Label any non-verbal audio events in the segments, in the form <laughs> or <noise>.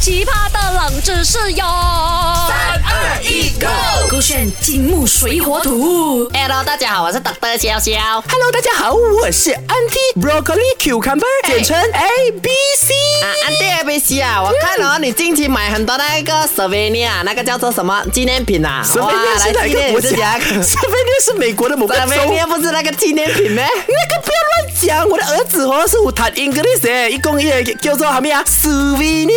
奇葩的冷知识哟！三二一，Go！勾选金木水火土。 Hello，大家好，我是 Dr. 潇潇。 Hello，大家好，我是 Auntie Broccoli Cucumber，简称 A B C。哎啊，安迪 A B C 啊，我看哦，你近期买很多那个 s o v e n i r 那个叫做什么纪念品啊？什么那是哇来哪纪念个你国自己啊家？ <laughs> 什么那是美国的某个 s o 州 v？e n i r 不是那个纪念 <laughs> 品咩？那个不要乱讲，我的儿子哦是有谈 English 的，一共也叫做什么呀？Souvenir。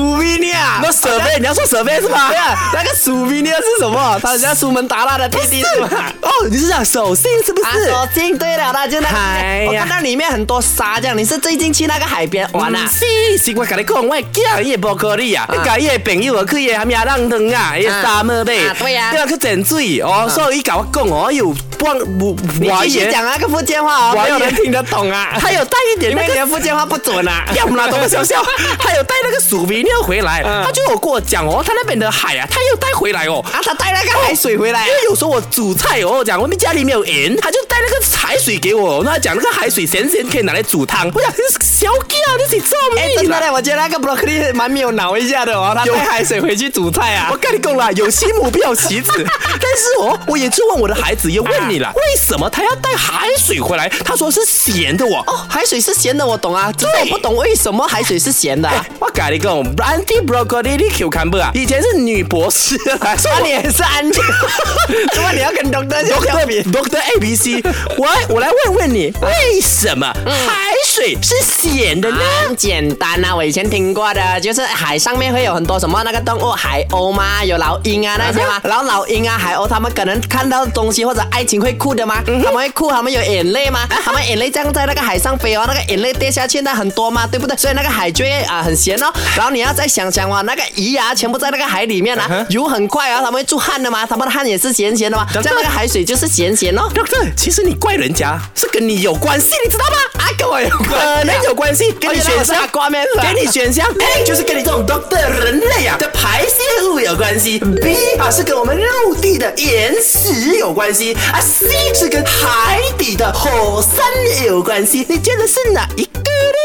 苏维尼啊那 survey 你要说 survey 是吧对？啊，那个苏维尼是什么？他像苏门答腊的弟弟是吧？ <laughs> 哦，你是讲手信是不啊，是？手信对了啦，就那哎个，我呀看到里面很多沙这样。你是最近去那个海边玩啊唔？嗯是，是我甲你讲，我的囝伊无可能啊，啊伊甲伊的朋友去伊喊伊浪汤啊，伊啊沙漠呗啊，对啊对啊，去潜水哦，所以伊甲我讲哦，有帮我你我继续也，讲那个福建话哦，我没有也人听得懂 <laughs> 啊。他有带一点因那为个 <laughs> 你的福建话不准啊。要不啦，懂得笑笑，他有带那个鼠皮尿回来，嗯他就有跟我讲哦，他那边的海啊，他又带回来哦。 <laughs> 啊，他带那个海水回来啊因。为有时候我煮菜哦，我讲我们家里没有盐，他就带那个海水给我，那他讲那个海水咸咸可以拿来煮汤。我讲小哥，你是做哎，咩真啦的？嘞，我觉得那个 broccoli 蛮没有脑一下的哦，他有带海水回去煮菜啊我。跟你讲啦，有其母必有其子。 <laughs> 但是哦，我也就问我的孩子，也问你啊了，为什么他要带海水回来？他说是咸的哦。哦，海水是咸的，我懂啊，只是我对不懂为什么海水是咸的啊。哎我跟你讲，Brandy Broccoli Cucumber 啊，以前是女博士啊 <laughs> 来说那你也是安静， <laughs> 怎么你要跟东哥相相比 Doctor？Doctor A B C，我来我来问问你，为什么嗯海水是咸的呢？很简单啊，我以前听过的，就是海上面会有很多什么那个动物，海鸥嘛，有老鹰啊那些嗯嘛，然后老鹰啊、海鸥，他们可能看到东西或者爱情会哭的嗯吗？他们会哭，他们有眼 <laughs> 泪吗？他们眼泪这样在那个海上飞哦，那个眼泪跌下去那很多嘛，对不对？所以那个海就会啊、很咸哦。然后你要再想想哇，那个鱼啊，全部在那个海里面啊，游很快啊，他们会出汗的嘛，他们的汗也是咸咸的嘛，这嗯真的样那个海水就是咸咸哦。 Doctor，其实你怪人家是跟你有关系，你知道吗？啊，跟我有可关系啊哦能有关系，给你选项，瓜面是吧给你选项 A 就是跟你这种 Doctor 人类啊的排泄物有关系，B 啊是跟我们陆地的岩石有关系，啊 C 是跟海底的火山有关系，你觉得是哪一个呢？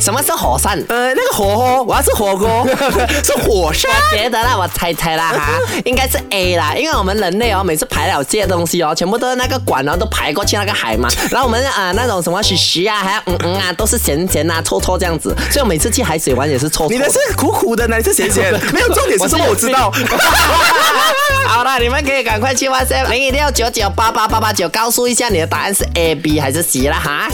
什么是火山？呃，那个火锅，我要吃火 <laughs> 锅，是火山。我觉得啦，我猜猜啦哈，应该是 A 啦，因为我们人类哦，每次排了这些东西哦，全部都是那个管，然后都排过去那个海嘛。然后我们啊、呃那种什么许许啊，还有嗯嗯啊，都是咸咸啊、臭臭这样子。所以我每次去海水玩也是臭臭。你的是苦苦的，哪里是咸咸？没有重点是什么？我知道。 <laughs> 好啦，你们可以赶快去 WhatsApp 零一六九九八八八八九，告诉一下你的答案是 A、B 还是 C 啦哈。